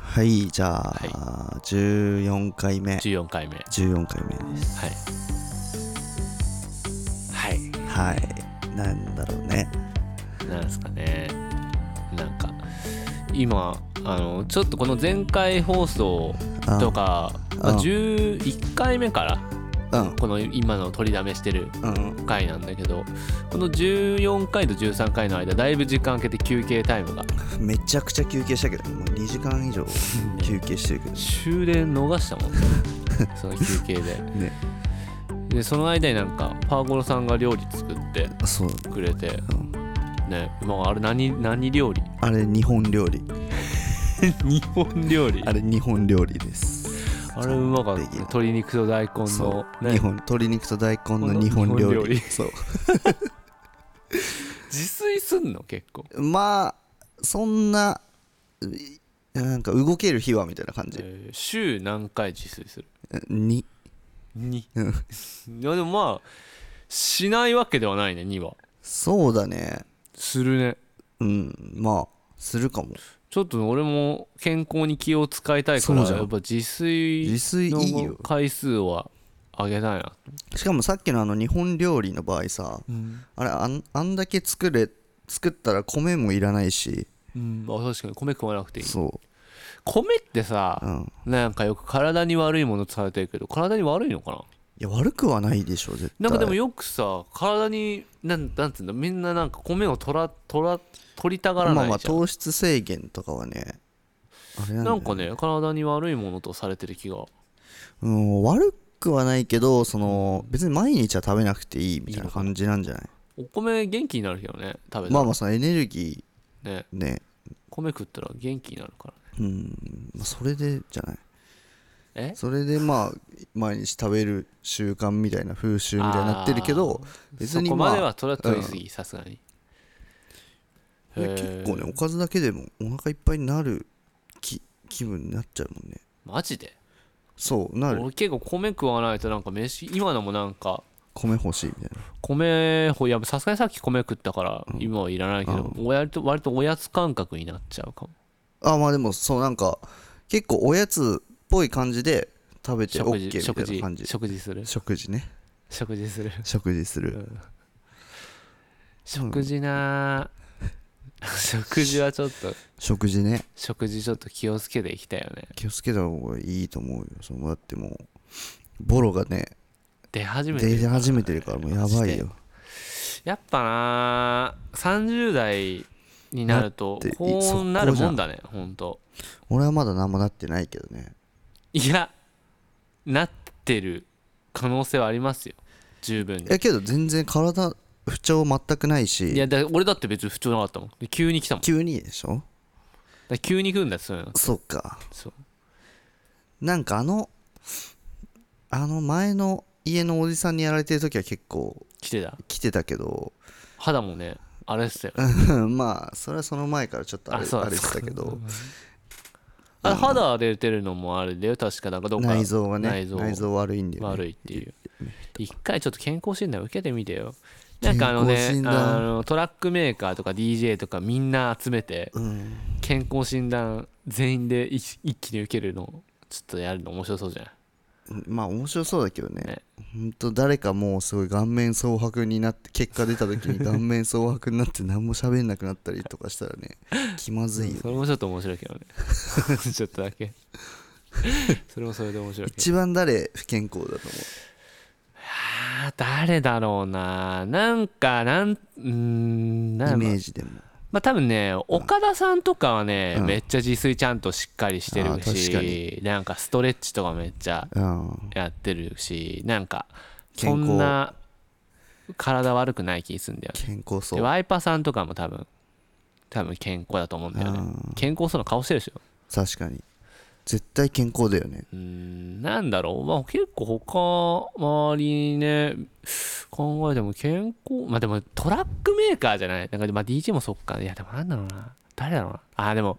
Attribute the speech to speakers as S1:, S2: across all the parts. S1: はいじゃあ、14回目
S2: 14回目。は
S1: 14回目です
S2: い。はい。
S1: はいなんだろうね
S2: なんですかね。なんか、今、あの、ちょっとこの前回放送
S1: あ
S2: とか、ま
S1: うん
S2: あ、11回目から、
S1: うん
S2: この今の取りだめしてる
S1: うん
S2: 回なんだけど、この14回と13回の間、だいぶ時間空けて休憩タイム が。
S1: めちゃくちゃ休憩したけどもう2時間以上休憩してるけど
S2: 終電逃したもんねその休憩 で
S1: ね
S2: でその間になんかパーゴロさんが料理作って
S1: そうだ
S2: くれて
S1: うん
S2: ねまああれ何何 料理
S1: あれ日本料理
S2: 日本料理
S1: あれ日本料理です
S2: あれうまかったね鶏肉と大根
S1: そ
S2: の
S1: う、
S2: ね
S1: 日本鶏肉と大根の日本料理
S2: 日本料理
S1: そ
S2: 自炊すんの結構
S1: うまあそんないなんか動ける日はみたいな感じ、
S2: えー週何回自炊する
S1: に
S2: 2い
S1: うん
S2: やでもまあしないわけではないね2は
S1: そうだね
S2: するね
S1: うんまあするかも
S2: ちょっと俺も健康に気を使いたいから
S1: そうじゃん
S2: やっぱ自炊
S1: 自炊いい
S2: の
S1: よ
S2: 回数は上げたいな、
S1: しかもさっきのあの日本料理の場合さあれあんあんだけ作れ作ったら米もいらないし
S2: うんあ確かに米食わなくていい
S1: そ
S2: 米って
S1: う、う
S2: さ
S1: ん、
S2: なんかよく体に悪いものってされてるけど体に悪いのかない
S1: や悪くはないでしょ絶対
S2: なんかでもよくさ体になんなんつうんだみんななんか米を取ら取ら取りたがら
S1: ま
S2: な
S1: あ
S2: い
S1: まあ
S2: じゃん、
S1: 糖質制限とかはねあれなんだよ
S2: なんかね体に悪いものとされてる気が
S1: うん、悪くはないけどその別に毎日は食べなくていいみたい
S2: いい
S1: な
S2: のかな
S1: 感じなんじゃない
S2: お米元気になるけどね食べた
S1: ま
S2: ら、
S1: あまあそのエネルギ
S2: ね
S1: ーね
S2: 米食ったら元気になるから
S1: うん、まあ、それでじゃない
S2: え
S1: それでまあ毎日食べる習慣みたいな風習みたいになってるけど別に
S2: そこ
S1: ま
S2: まで
S1: あ
S2: はそれは取りすぎさすがに
S1: いや結構ねおかずだけでもお腹いっぱいになる気気分になっちゃうもんね
S2: マジで
S1: そうなる
S2: 俺結構米食わないとなんか飯今のもなんか
S1: 米欲しいみたい
S2: 米ほいやさすがにさっき米食ったから今はいらないけど、割と割とおやつ感覚になっちゃうかも
S1: なあまあでもそうなんか結構おやつっぽい感じで食べて
S2: 食事
S1: OK み
S2: 食
S1: たい
S2: 事
S1: な感じ
S2: 食事する
S1: 食事 ね
S2: 食事する
S1: 食事する、
S2: うん食事なあ 食事はちょっと
S1: 食事ね
S2: 食事ちょっと気をつけていきたいよね
S1: 気をつけた方がいいと思うよそのだってもうボロがね
S2: 出始めてる
S1: 出て始めてるからもうやばいよ
S2: やっぱなあ30代になると
S1: だってい
S2: こうなるもんだねほんと
S1: 俺はまだ何もなってないけどね
S2: いやなってる可能性はありますよ十分に
S1: いやけど全然体不調全くない
S2: い
S1: し
S2: やだ俺だって別に不調なかったもんで急に来たもんだか
S1: 急にでしょ
S2: ら急に来るんだよそういうの
S1: そっか
S2: そう
S1: なんかあのあの前の家のおじさんにやられてる時は結構
S2: 来てた
S1: 来てたけど
S2: 肌もねあれっすよ
S1: まあそれはその前からちょっとあれ
S2: あそう
S1: あれしてたけ ど
S2: あれ肌出てるのもあれだよ確かなんかどっか
S1: 内臓はね内
S2: 内
S1: 臓
S2: 臓
S1: 悪いんだよ、ね、
S2: 悪いっていう一回ちょっと健康診断受けてみてよなんかあの
S1: 健康
S2: ね
S1: 診断
S2: あのトラックメーカーとか DJ とかみんな集めて
S1: うん
S2: 健康診断全員で一一気に受けるのちょっとやるの面白そうじゃない
S1: まあ面白そうだけどね
S2: ね
S1: ほんと誰かもうすごい顔面蒼白になって結果出た時に顔面蒼白になって何も喋んなくなったりとかしたら ね気まずいよ、
S2: それもちょっと面白いけどね ちょっとだけそれもそれで面白いけど
S1: 一番誰不健康だと思う
S2: あー誰だろうななんかなんうーんな
S1: イ
S2: ん
S1: メ
S2: ま
S1: ージでも
S2: あ多分ね岡田さんとかはね、
S1: うん
S2: めっちゃ自炊ちゃんとしっかりして
S1: あー
S2: る
S1: 確かに
S2: しなんかストレッチとかめっちゃ
S1: うん
S2: やってるしなんか
S1: 健
S2: そ
S1: 康
S2: んな体悪くない気すんだよね
S1: 健康そう
S2: でワイパーさんとかも多分多分健康だと思うんだよね
S1: うん
S2: 健康そうな顔してるでしょ
S1: 確かに絶対健康だよね
S2: うーんなんだろうまあ結構他周りにね考えても健康まあでもトラックメーカーじゃないなんかまあ DJ もそっかいやでもなんだろうな誰だろうなあーでも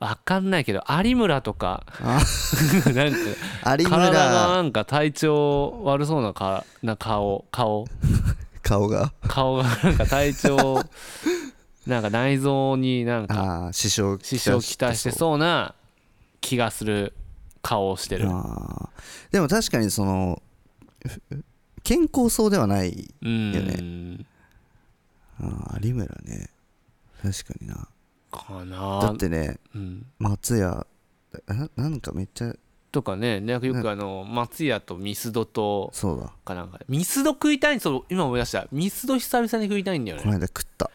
S2: わかんないけど有村とか
S1: あ
S2: なんか
S1: 有
S2: 体が
S1: 村
S2: なんか体調悪そうなかな顔顔
S1: 顔が
S2: 顔がなんか体調なんか内臓になんか
S1: ああ支障
S2: 支障をきたしてそうな気がする顔をしてる
S1: あーでも確かにそのふ健康そうではない
S2: うん
S1: よあー有村ね確かにな
S2: か
S1: だ
S2: な
S1: ってね
S2: うん、
S1: 松屋ななんかめっちゃ
S2: とかねなんかよくあの松屋とミスドと
S1: そうだ
S2: かなんかでミスド食いたいそう今思い出したミスド久々に食いたいんだよ
S1: この
S2: ね
S1: 間食った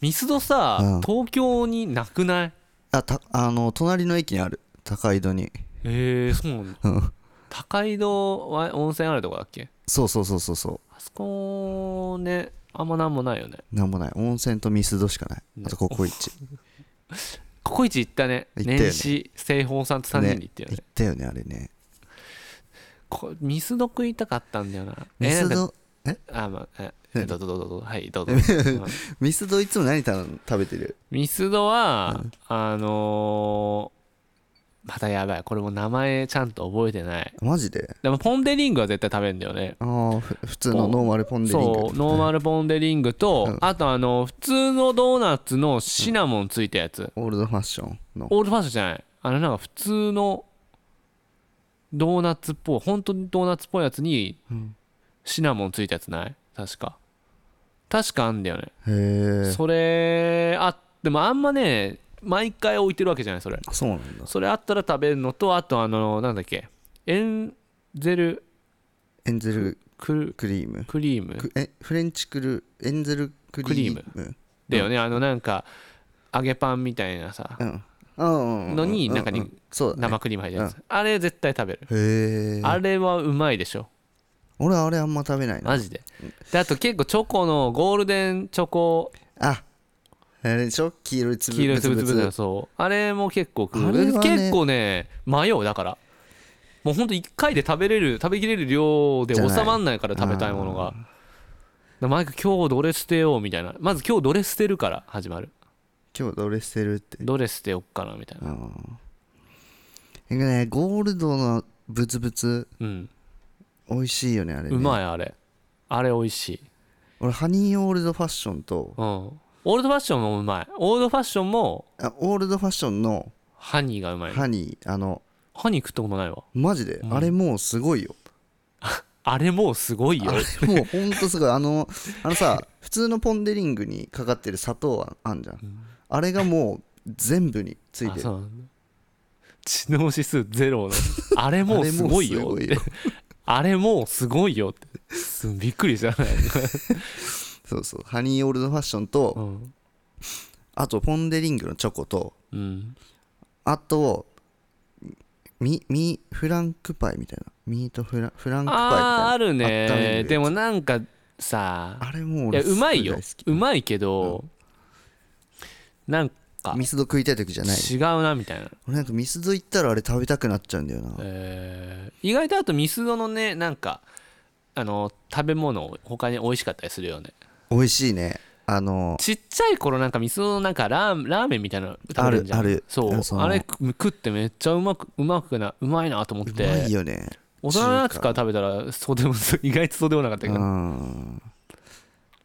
S2: ミスドさ、
S1: うん
S2: 東京になくない
S1: あたあの隣の駅にある高井戸に
S2: えー、そうなんだ
S1: うん
S2: 高井戸は温泉あるとこだっけ
S1: そうそうそうそうそ
S2: あそこねあんまなんもないよね
S1: うなんもない温泉とミスドしかないあとココイチ
S2: ココイチ行ったね
S1: 行ったよね
S2: 年始製法さんと3人で行ったよね
S1: 行ったよねあれね
S2: こミスド食いたかったんだよな
S1: ミス
S2: えなんか
S1: ド
S2: あまあえ
S1: 何
S2: どうぞどうぞどうぞはいどうぞうん
S1: ミスドいつも何頼む食べてる
S2: ミスドは、あのーまたやばいこれも名前ちゃんと覚えてない
S1: マジで
S2: でもポン・デ・リングは絶対食べるんだよね
S1: ああふ普通のノーマルポンデリング
S2: そうノーマルポン・デ・リングと、
S1: うん
S2: あとあの普通のドーナツのシナモンついたやつ、
S1: オールドファッションの
S2: オールドファッションじゃないあのなんか普通のドーナツっぽい本当にドーナツっぽいやつに
S1: うん
S2: シナモンついたやつない確か確かあんだよね、
S1: へえ
S2: それあでもあんまね毎回置いてるわけじゃないそれ
S1: そうなんだ
S2: それあったら食べるのとあとあのなんだっけエンゼル
S1: エンゼル
S2: クル
S1: クリーム
S2: クリーム
S1: くえフレンチクルエンゼルクリーム
S2: だよね、あのなんか揚げパンみたいなさ
S1: うんうんうん
S2: のに
S1: うん
S2: 中に
S1: そうだね
S2: 生クリーム入ってるやつ、あれ絶対食べる、
S1: へえ
S2: あれはうまいでしょ
S1: 俺あれあんま食べないな
S2: マジでであと結構チョコのゴールデンチョコ
S1: ああれでしょ黄色いつぶ
S2: 黄色いつぶつぶ
S1: 々
S2: のそうあれも結構食う、
S1: あれはね
S2: 結構ね迷うだからもうほんと1回で食べれる食べきれる量で
S1: じゃ
S2: 収
S1: ない
S2: まんないから食べたいものがだマイク今日どれ捨てようみたいなまず今日どれ捨てるから始まる
S1: 今日どれ捨てるって
S2: どれ捨てよっかなみたいな
S1: うんなんかねゴールドのブツブツ
S2: うん
S1: 美味しいよねあれね
S2: うまいあれあれ美味しい
S1: 俺ハニーオールドファッションと
S2: うんオールドファッションもうまいオールドファッションも
S1: あオールドファッションの
S2: ハニーがうまい
S1: ハニーあの
S2: ハニー食ったことないわ
S1: マジであれもうすごいよ
S2: あれもうすごいよ
S1: もうほんとすごいあのあのさ普通のポン・デ・リングにかかってる砂糖ああんじゃん、あれがもう全部につい
S2: あ
S1: て
S2: そ
S1: る
S2: うなんだ知能指数ゼ ロのあれもうすごいよってあれもうすごいよってすびっくりじゃない、
S1: そうそうハニーオールドファッションと、
S2: うん
S1: あとポン・デ・リングのチョコと
S2: うん、
S1: あとミミフランクパイみたいなミートフラフランクパイみたい
S2: あ
S1: な
S2: ーある
S1: 温め
S2: ね
S1: る
S2: でもなんかさ
S1: あれもう
S2: い
S1: 俺
S2: やうまい
S1: す
S2: よ
S1: ご大好き
S2: うまいけど、なんか
S1: ミスド食いたい時じゃない
S2: 違うなみたいな、
S1: 俺なんかミスド行ったらあれ食べたくなっちゃうんだよな、
S2: えー意外とあとミスドのねなんかあの食べ物他に美味しかったりするよね
S1: 美味しいねあの
S2: ちっちゃい頃なんか味噌のなんかラーメンラーメンみたいなの食べんじゃん
S1: あるある
S2: そう
S1: うんその
S2: あれく食ってめっちゃうまくうまくなうまいなと思っ
S1: うまい
S2: て
S1: よね
S2: 大人のやつから食べたらそうでも 意外とそうでもなかったけど、
S1: うん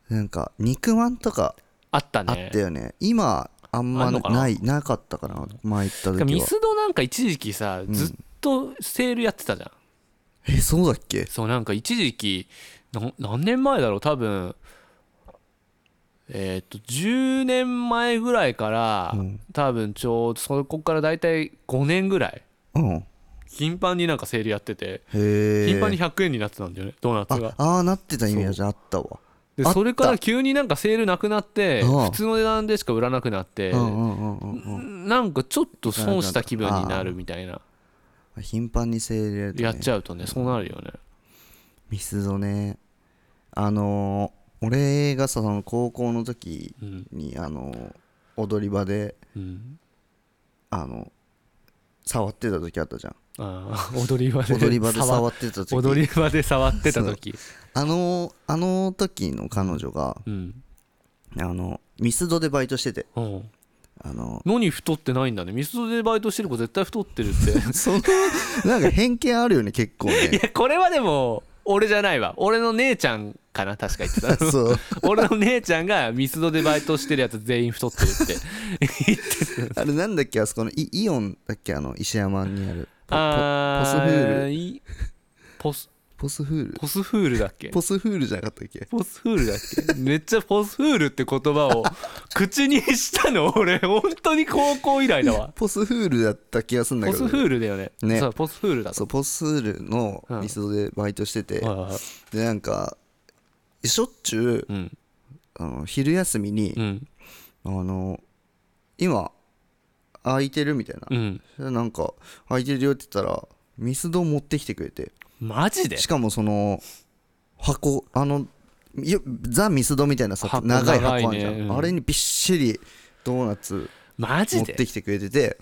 S1: なんか肉まんとか
S2: あった
S1: あっ
S2: ね
S1: たよね今あん
S2: あ
S1: ま
S2: んのかな
S1: ないなかったかな前行った
S2: てか
S1: 時
S2: ミ
S1: は
S2: スドなんか一時期さずっとセールやってたじゃん、
S1: えそうだっけ
S2: そうなんか一時期な何年前だろう多分えーっと10年前ぐらいから、多分ちょうどそこから大体5年ぐらい
S1: うんへ
S2: 頻繁になんかセールやってて
S1: え
S2: 頻繁に100円になってたんだよねドーナツ
S1: あ
S2: が
S1: あーなってたイメージあったわ
S2: で
S1: あった
S2: それから急になんかセールなくなって
S1: うん
S2: 普通の値段でしか売らなくなって
S1: うんうんうんうんうん
S2: なんかちょっと損した気分になるみたいな
S1: 頻繁にセールやるとね
S2: やっちゃうとねそうなるよね
S1: ミスドねあのー俺がさその高校の時
S2: うん
S1: にあのー踊り場で
S2: うん
S1: あの触ってた時あったじゃ ん
S2: ああ踊り場 で
S1: 踊り場で
S2: 触っ
S1: 触ってた時
S2: 踊り場で触ってた時
S1: あのーあの時の彼女が
S2: うん
S1: あのミスドでバイトしてて
S2: うん
S1: あ の
S2: 何太ってないんだねミスドでバイトしてる子絶対太ってるって
S1: そのなんか偏見あるよね結構
S2: い
S1: ね
S2: やこれはでも俺じゃないわ俺の姉ちゃんかな確か言って た
S1: そう
S2: 俺の姉ちゃんがミスドでバイトしてるやつ全員太ってる って
S1: あれなんだっけあそこのイイオンだっけあの石山にあるポ
S2: あ
S1: ポスフール
S2: ルポス
S1: ポスフール
S2: ポスフールだっけ
S1: ポスフールじゃなかったっけ
S2: ポスフールだっけめっちゃポスフールって言葉 を口にしたの俺本当に高校以来だわ
S1: ポスフールだった気がするんだ
S2: ポ
S1: けど
S2: スフールだよね
S1: ね
S2: そうポスフールだと
S1: そうポスフールのミスドでバイトしてて、
S2: はいはいはい
S1: でなんかしょっちゅう
S2: うん
S1: あの昼休みに
S2: う、ん
S1: あの今空いてるみたいな
S2: う、ん
S1: なんか空いてるよって言ったらミスドを持ってきてくれて
S2: マジで
S1: しかもその箱あのいやザ・ミスドみたいなさ
S2: 箱
S1: 長い箱ある
S2: 長い
S1: じ
S2: ね
S1: ゃん、
S2: うん
S1: あれにびっしりドーナツ
S2: マジ
S1: 持っ
S2: で
S1: てきてくれてて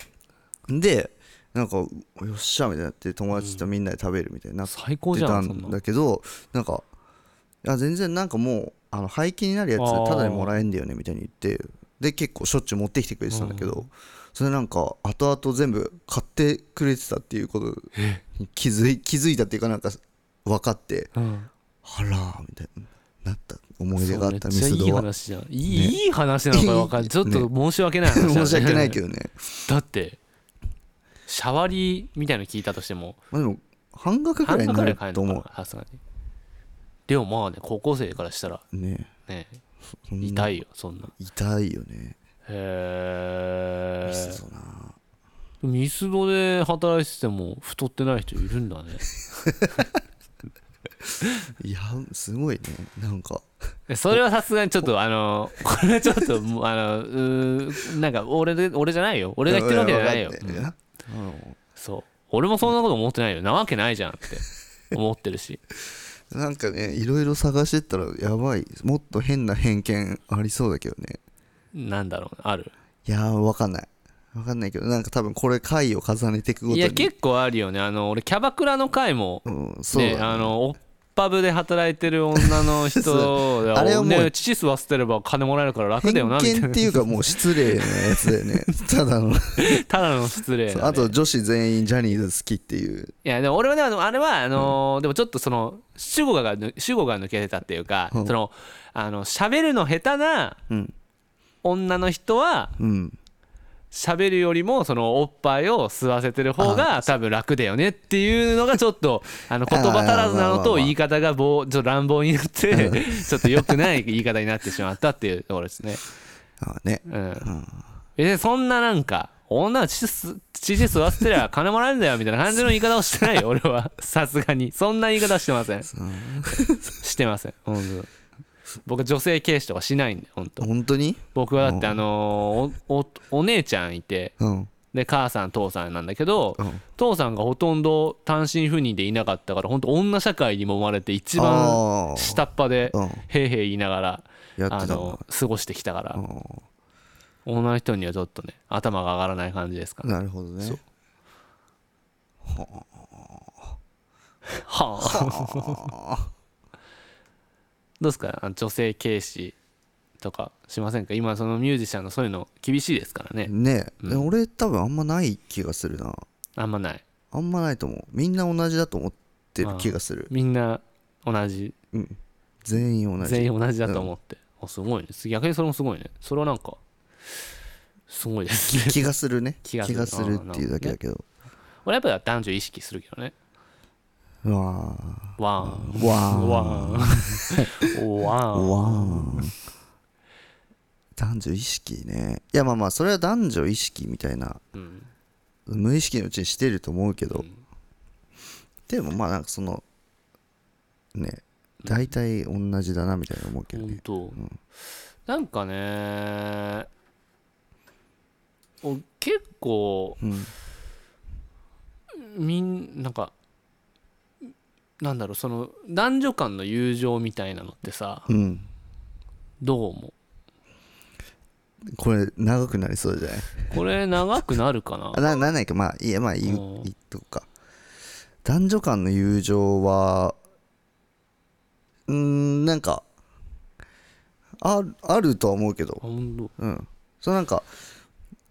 S1: でなんかよっしゃみたいになって友達とみんなで食べるみたいになって
S2: 最高じ
S1: た
S2: ゃんそんなん
S1: だけどなんかいや全然なんかもうあの廃棄になるや
S2: あー
S1: つただでもらえんだよねみたいに言ってで結構しょっちゅう持ってきてくれてたんだけどそれなんか後々全部買ってくれてたっていうことに気づい 気づいたっていうかなんか分かって
S2: うん
S1: あらーみたいになった思い出が
S2: そ
S1: あ
S2: う
S1: っ
S2: めった
S1: ミ
S2: ちゃい
S1: ス
S2: い
S1: ドは
S2: 話じゃんいい,、いい話なのかわかんないちょっと申し訳ない話だね
S1: 申し訳ないけどね
S2: だってシャワリみたいなの聞いたとしても
S1: まあでも半額く
S2: 半
S1: らいに
S2: 額
S1: な
S2: ぐら
S1: る
S2: い買え
S1: と
S2: る
S1: 思
S2: の
S1: う
S2: かなさすがにでもまあね高校生からしたら
S1: ね
S2: ね
S1: そんな
S2: 痛いよそんな
S1: 痛いよね
S2: へ
S1: ミ
S2: え
S1: スドな
S2: ミスドで働いてても太ってない人いるんだね
S1: いやすごいねなんか
S2: えそれはさすがにちょっと あのこれはちょっともうあのうーなんか俺で俺じゃないよ俺が言ってるわけじゃないよ、
S1: うん
S2: うん
S1: わかってるあの
S2: そう俺もそんなこと思ってないよなわけないじゃんって思ってるし
S1: なんかねいろいろ探してったらやばいもっと変な偏見ありそうだけどね
S2: なんだろうなある
S1: いやーわかんないわかんないけどなんか多分これ回を重ねていくごと
S2: い
S1: に
S2: や結構あるよねあの俺キャバクラの回も
S1: うんそう
S2: ね、
S1: だね
S2: あのオッパブで働いてる女 の人
S1: うあれはもう
S2: ね、乳吸わせてれば金もらえるから楽だよなみたい
S1: 偏
S2: な
S1: 見っていうかもう失礼なやつだよ ねただの
S2: ただの失礼な、ね、
S1: あと女子全員ジャニーズ好きっていう
S2: いやでも俺はねあのあれはあのーでもちょっとその主語がぬ主語が抜けてたっていうか、
S1: うん
S2: そのあの喋るの下手な
S1: うん
S2: 女の人は
S1: うん
S2: 喋るよりもそのおっぱいを吸わせてる方が多分楽だよねっていうのがちょっ とあの言葉足らずなのと
S1: あーまあまあまあ
S2: 言い方がぼうちょっと乱暴になって ちょっと良くない言い方になってしまったっていうところですね。
S1: ああね
S2: うん、えそんななんか女は父す父吸わせてりゃ金もらえるんだよみたいな感じの言い方をし てないよ俺はさすがにそんな言い方はしてませんしてません本当僕は女性軽視とかしないんで本当
S1: 本当に
S2: 僕はだってあのーおおお姉ちゃんいて
S1: うん
S2: で母さん父さんなんだけど、
S1: うん
S2: 父さんがほとんど単身赴任でいなかったから本当女社会にも生まれて一番
S1: あー
S2: 下っ端で
S1: うん
S2: へいへい言いながら
S1: やって
S2: あ
S1: た
S2: の
S1: の
S2: 過ごしてきたから女の人にはちょっとね頭が上がらない感じです かね
S1: なるほどね
S2: はあ どうですかあの女性軽視とかしませんか今そのミュージシャンのそういうの厳しいですからね
S1: ねえ、で俺多分あんまない気がするな
S2: あんまない
S1: あんまないと思うみんな同じだと思ってる気がする
S2: みんな同じ
S1: 全員同じ
S2: 全員同じだと思って、あすごいね逆にそれもすごいねそれはなんかすごいですね
S1: 気がするね
S2: 気
S1: 気
S2: が
S1: が
S2: する
S1: するっていうだけだけど
S2: 俺やっぱ男女意識するけどね
S1: うわあ
S2: わーん
S1: わあ
S2: わーんわーん
S1: わあ 男女意識ねいやまあまあそれは男女意識みたいな
S2: うん
S1: 無意識のうちにしてると思うけど、
S2: うん
S1: でもまあなんかそのね大体同じだなみたいな思うけど
S2: 本
S1: ね、
S2: 当、なんかねお結構
S1: うん、
S2: みんなんかなんだろうその男女間の友情みたいなのってさ
S1: うん、
S2: どう思
S1: これ長くなりそうじゃないう
S2: これ長くなるかな
S1: あななんないかまあいいやまあ言
S2: うん
S1: う言っとくか男女間の友情はうーんなんかああるとは思うけど
S2: 本当
S1: うんそうなんか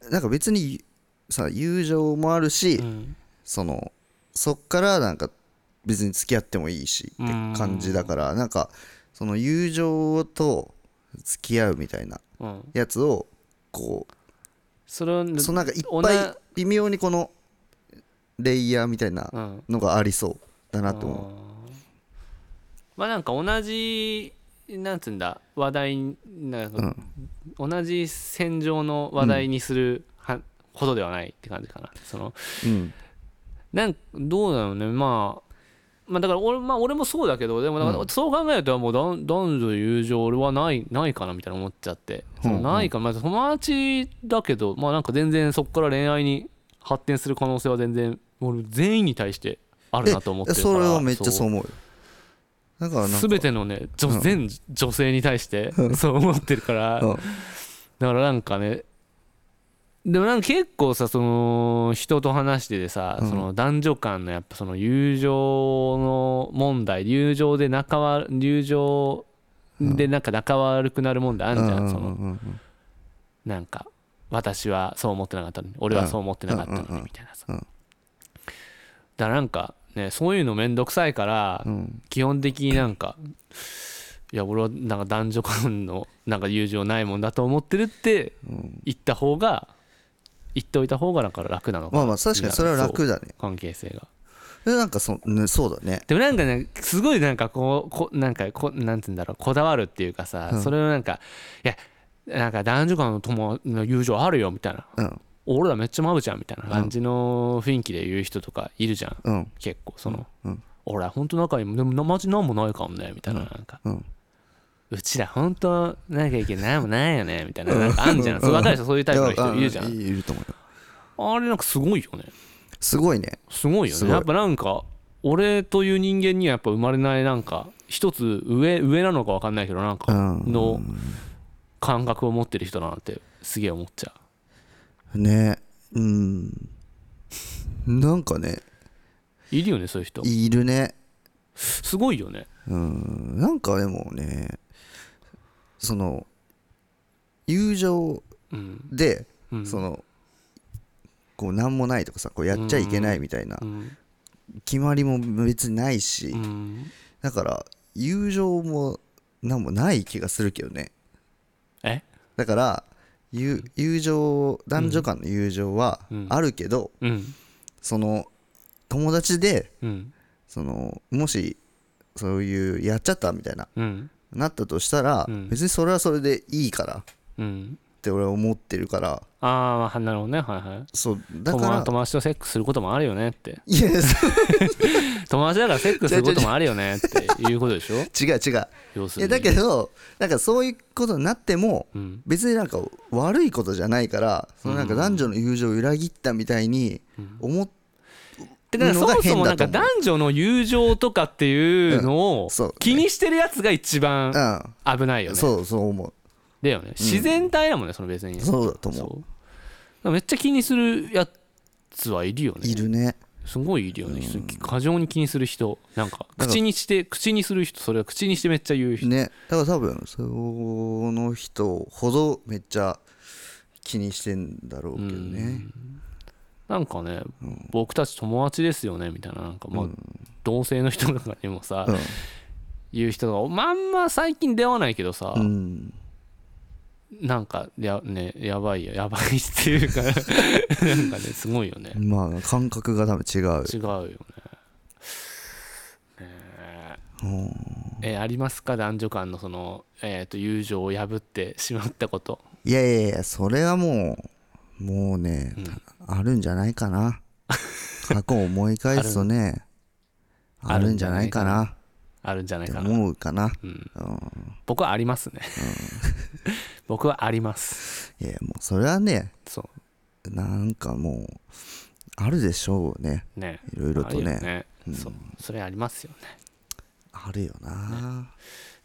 S1: なんか別にさ友情もあるし、
S2: うん
S1: そのそっからなんか別に付き合ってもいいしって感じだからなんかその友情と付き合うみたいな
S2: うん
S1: やつをこ
S2: それを
S1: うそのなんかいっぱい
S2: 女
S1: 微妙にこのレイヤーみたいな
S2: うん
S1: のがありそうだなと思う
S2: あーまあなんか同じなんつうんだ話題になんか同じ戦場の話題にするは、ほどではないって感じかなその
S1: うん
S2: なんどうだろうねまあまあだから俺,、まあ、俺もそうだけどでもだからそう考えるともうだん男女友情俺はないないかなみたいな思っちゃって、その
S1: うん
S2: ないかな、まあ、友達だけどまあなんか全然そこから恋愛に発展する可能性は全然俺全員に対してあるなと思ってるから
S1: それはめっちゃそうう思うよだからなんか
S2: 全てのね女
S1: うん
S2: 全女性に対してそう思ってるから
S1: うん
S2: だからなんかねでもなんか結構さその人と話しててさ、
S1: うん
S2: その男女間のやっぱその友情の問題友情で仲わ友情でなんか仲悪くなる問題あるじゃん、
S1: うんうん
S2: そ
S1: うん
S2: の
S1: うん
S2: なんか私はそう思ってなかったのに俺はそう思ってなかったの
S1: うんうんうんう
S2: に
S1: ん
S2: みたいなさ、
S1: うん
S2: だからなんかねそういうのめんどくさいから、
S1: うん
S2: 基本的になんかいや俺はなんか男女間のなんか友情ないもんだと思ってるって
S1: うん
S2: 言った方が言っておいた方がなんか楽なのかな
S1: まあまあ確かにそれは楽だね
S2: 関係性が
S1: でなんかそ,、ね、そうだね
S2: でもなんかねすごいなんかこうこなんかこなんつうんだろうこだわるっていうかさ、
S1: うん
S2: それをなんかいやなんか男女間の友の友情あるよみたいな
S1: うん
S2: 俺らめっちゃマブじゃんみたいな感じの雰囲気で言う人とかいるじゃん
S1: うん
S2: 結構その、
S1: うん
S2: 俺らほんと仲いいもんでもなマジなんもないかもねみたいななんか
S1: うん
S2: うちら本当なんかいけないもんないよねみたいななんかあんじゃんそう分かるでしょそういうタイプの人いるじゃ
S1: いや
S2: ん
S1: いると思うよ
S2: あれなんかすごいよね
S1: すごいね
S2: すごいよ
S1: す
S2: ね
S1: ごい
S2: やっぱなんか俺という人間にはやっぱ生まれないなんか一つ上上なのか分かんないけどなん
S1: う
S2: か
S1: ん
S2: の感覚を持ってる人だなってすげえ思っちゃ
S1: ねうんなんかね
S2: ういるよねそういう人
S1: いるね
S2: すごいよね
S1: うんなんかでもねその友情
S2: うん
S1: で、
S2: うん
S1: そのこう何もないとかさこうやっちゃいけないみたいな
S2: うん
S1: 決まりも別にないし、
S2: うん
S1: だから友情も何もない気がするけどね
S2: え
S1: だから友友情男女間の友情は
S2: うん
S1: あるけど、
S2: うん
S1: その友達で
S2: うん
S1: そのもしそういうやっちゃったみたいな
S2: うん
S1: なったとしたら、
S2: うん
S1: 別にそれはそれでいいからっ
S2: うん
S1: て俺は思ってるから
S2: ああなるほどねはいはい
S1: そうだか
S2: 友
S1: ら
S2: 友達とセックスすることもあるよねって
S1: いやそ
S2: 友達だからセックスすることもあるよねっていうことで しょ
S1: う違う違う
S2: 要す
S1: い
S2: る
S1: や
S2: に
S1: だけどなんかそういうことになっても
S2: うん
S1: 別になんか悪いことじゃないからそのなんか男女の友情を裏切ったみたいに思って、
S2: てかそ
S1: のが
S2: もそ
S1: 変
S2: もなん
S1: だと
S2: か
S1: 思う
S2: 男女の友情とかっていうのを
S1: んそう
S2: 気にしてるやつが一番
S1: うん
S2: 危ないよね
S1: そうそう思う
S2: だよね自然体だもんねその別に
S1: そうだと思う
S2: そうだからめっちゃ気にするやつはいるよね
S1: いるね
S2: すごいいるよね過剰に気にする人なんか口にして口にする人それは口にしてめっちゃ言う人
S1: ねだから多分その人ほどめっちゃ気にしてんだろうけどね
S2: なんかね僕たち友達ですよねみたいななんかまあ同性の人とかにもさいう人がまんま最近出会わないけどさ、
S1: うん、うん、
S2: なんかや,、ね、やばいよやばいってい うかなんかねすごいよね
S1: まあ感覚が多分違う
S2: 違うよねねええありますか男女間のその、えー、と友情を破ってしまったこと
S1: いやいやいやそれはもうもうね、あるんじゃないかな過去を思い返すとねあるんじゃないかな
S2: あるんじゃない
S1: って
S2: かな
S1: 思うかな、
S2: 僕はありますね、 僕はあります
S1: いやもうそれはね
S2: そ
S1: なんかもうあるでしょうね
S2: うね
S1: いろいろと
S2: あるよ
S1: ね
S2: ね、そうそれありますよね
S1: あるよな、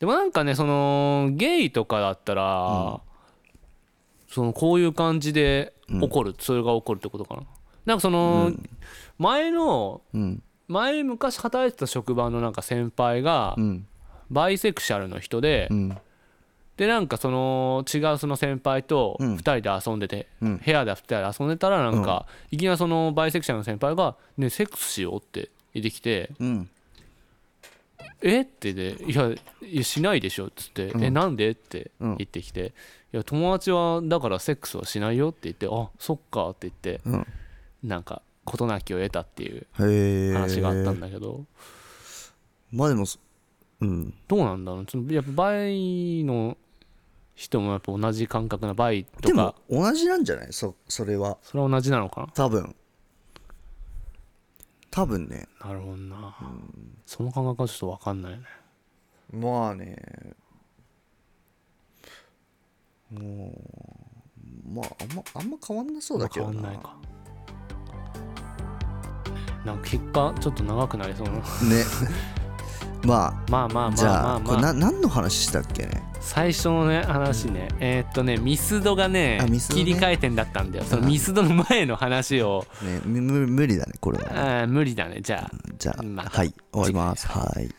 S2: でもなんかねそのゲイとかだったら、そのこういう感じで起こる、それが起こるってことかななんかその、前の
S1: うん
S2: 前昔働いてた職場のなんか先輩が
S1: うん
S2: バイセクシャルの人で、
S1: うん
S2: でなんかその違うその先輩と
S1: うん
S2: 2人で遊んでて、
S1: うん
S2: 部屋で2人で遊んでたらなんか、いきなりそのバイセクシャルの先輩が「ねセックスしよう」って出てきて
S1: うん
S2: えってで、いや、いやしないでしょっつって、
S1: うん
S2: え、なんでって
S1: うん
S2: 言ってきて、いや、友達はだからセックスはしないよって言って、あそっかって言って、
S1: うんへ
S2: なんか、事なきを得たっていう
S1: え
S2: 話があったんだけど、
S1: まあでもそうん
S2: どうなんだろう、そのやっぱバイの人もやっぱ同じ感覚なバイ
S1: で
S2: と
S1: も
S2: か、
S1: 同じなんじゃないそそれは
S2: それは同じなのか
S1: 多分多分ね
S2: な。なるほどな。その感覚はちょっとわかんないね。
S1: まあねもうまああんまあんま変わんなそうだけど
S2: 変わ
S1: なん
S2: ないかなんか結果ちょっと長くなりそうな
S1: ね ま
S2: まあまあまあまあまあ
S1: あじゃあこれな何の話したっけね
S2: 最初のね話ね、えーっとねミスドがね
S1: あミスドね
S2: 切り替え点だったんだよその
S1: うん
S2: ミスドの前の話を、
S1: ねむむ無理だねこれはね
S2: あー無理だねじゃあ
S1: じゃあ
S2: また
S1: はい終わりますはい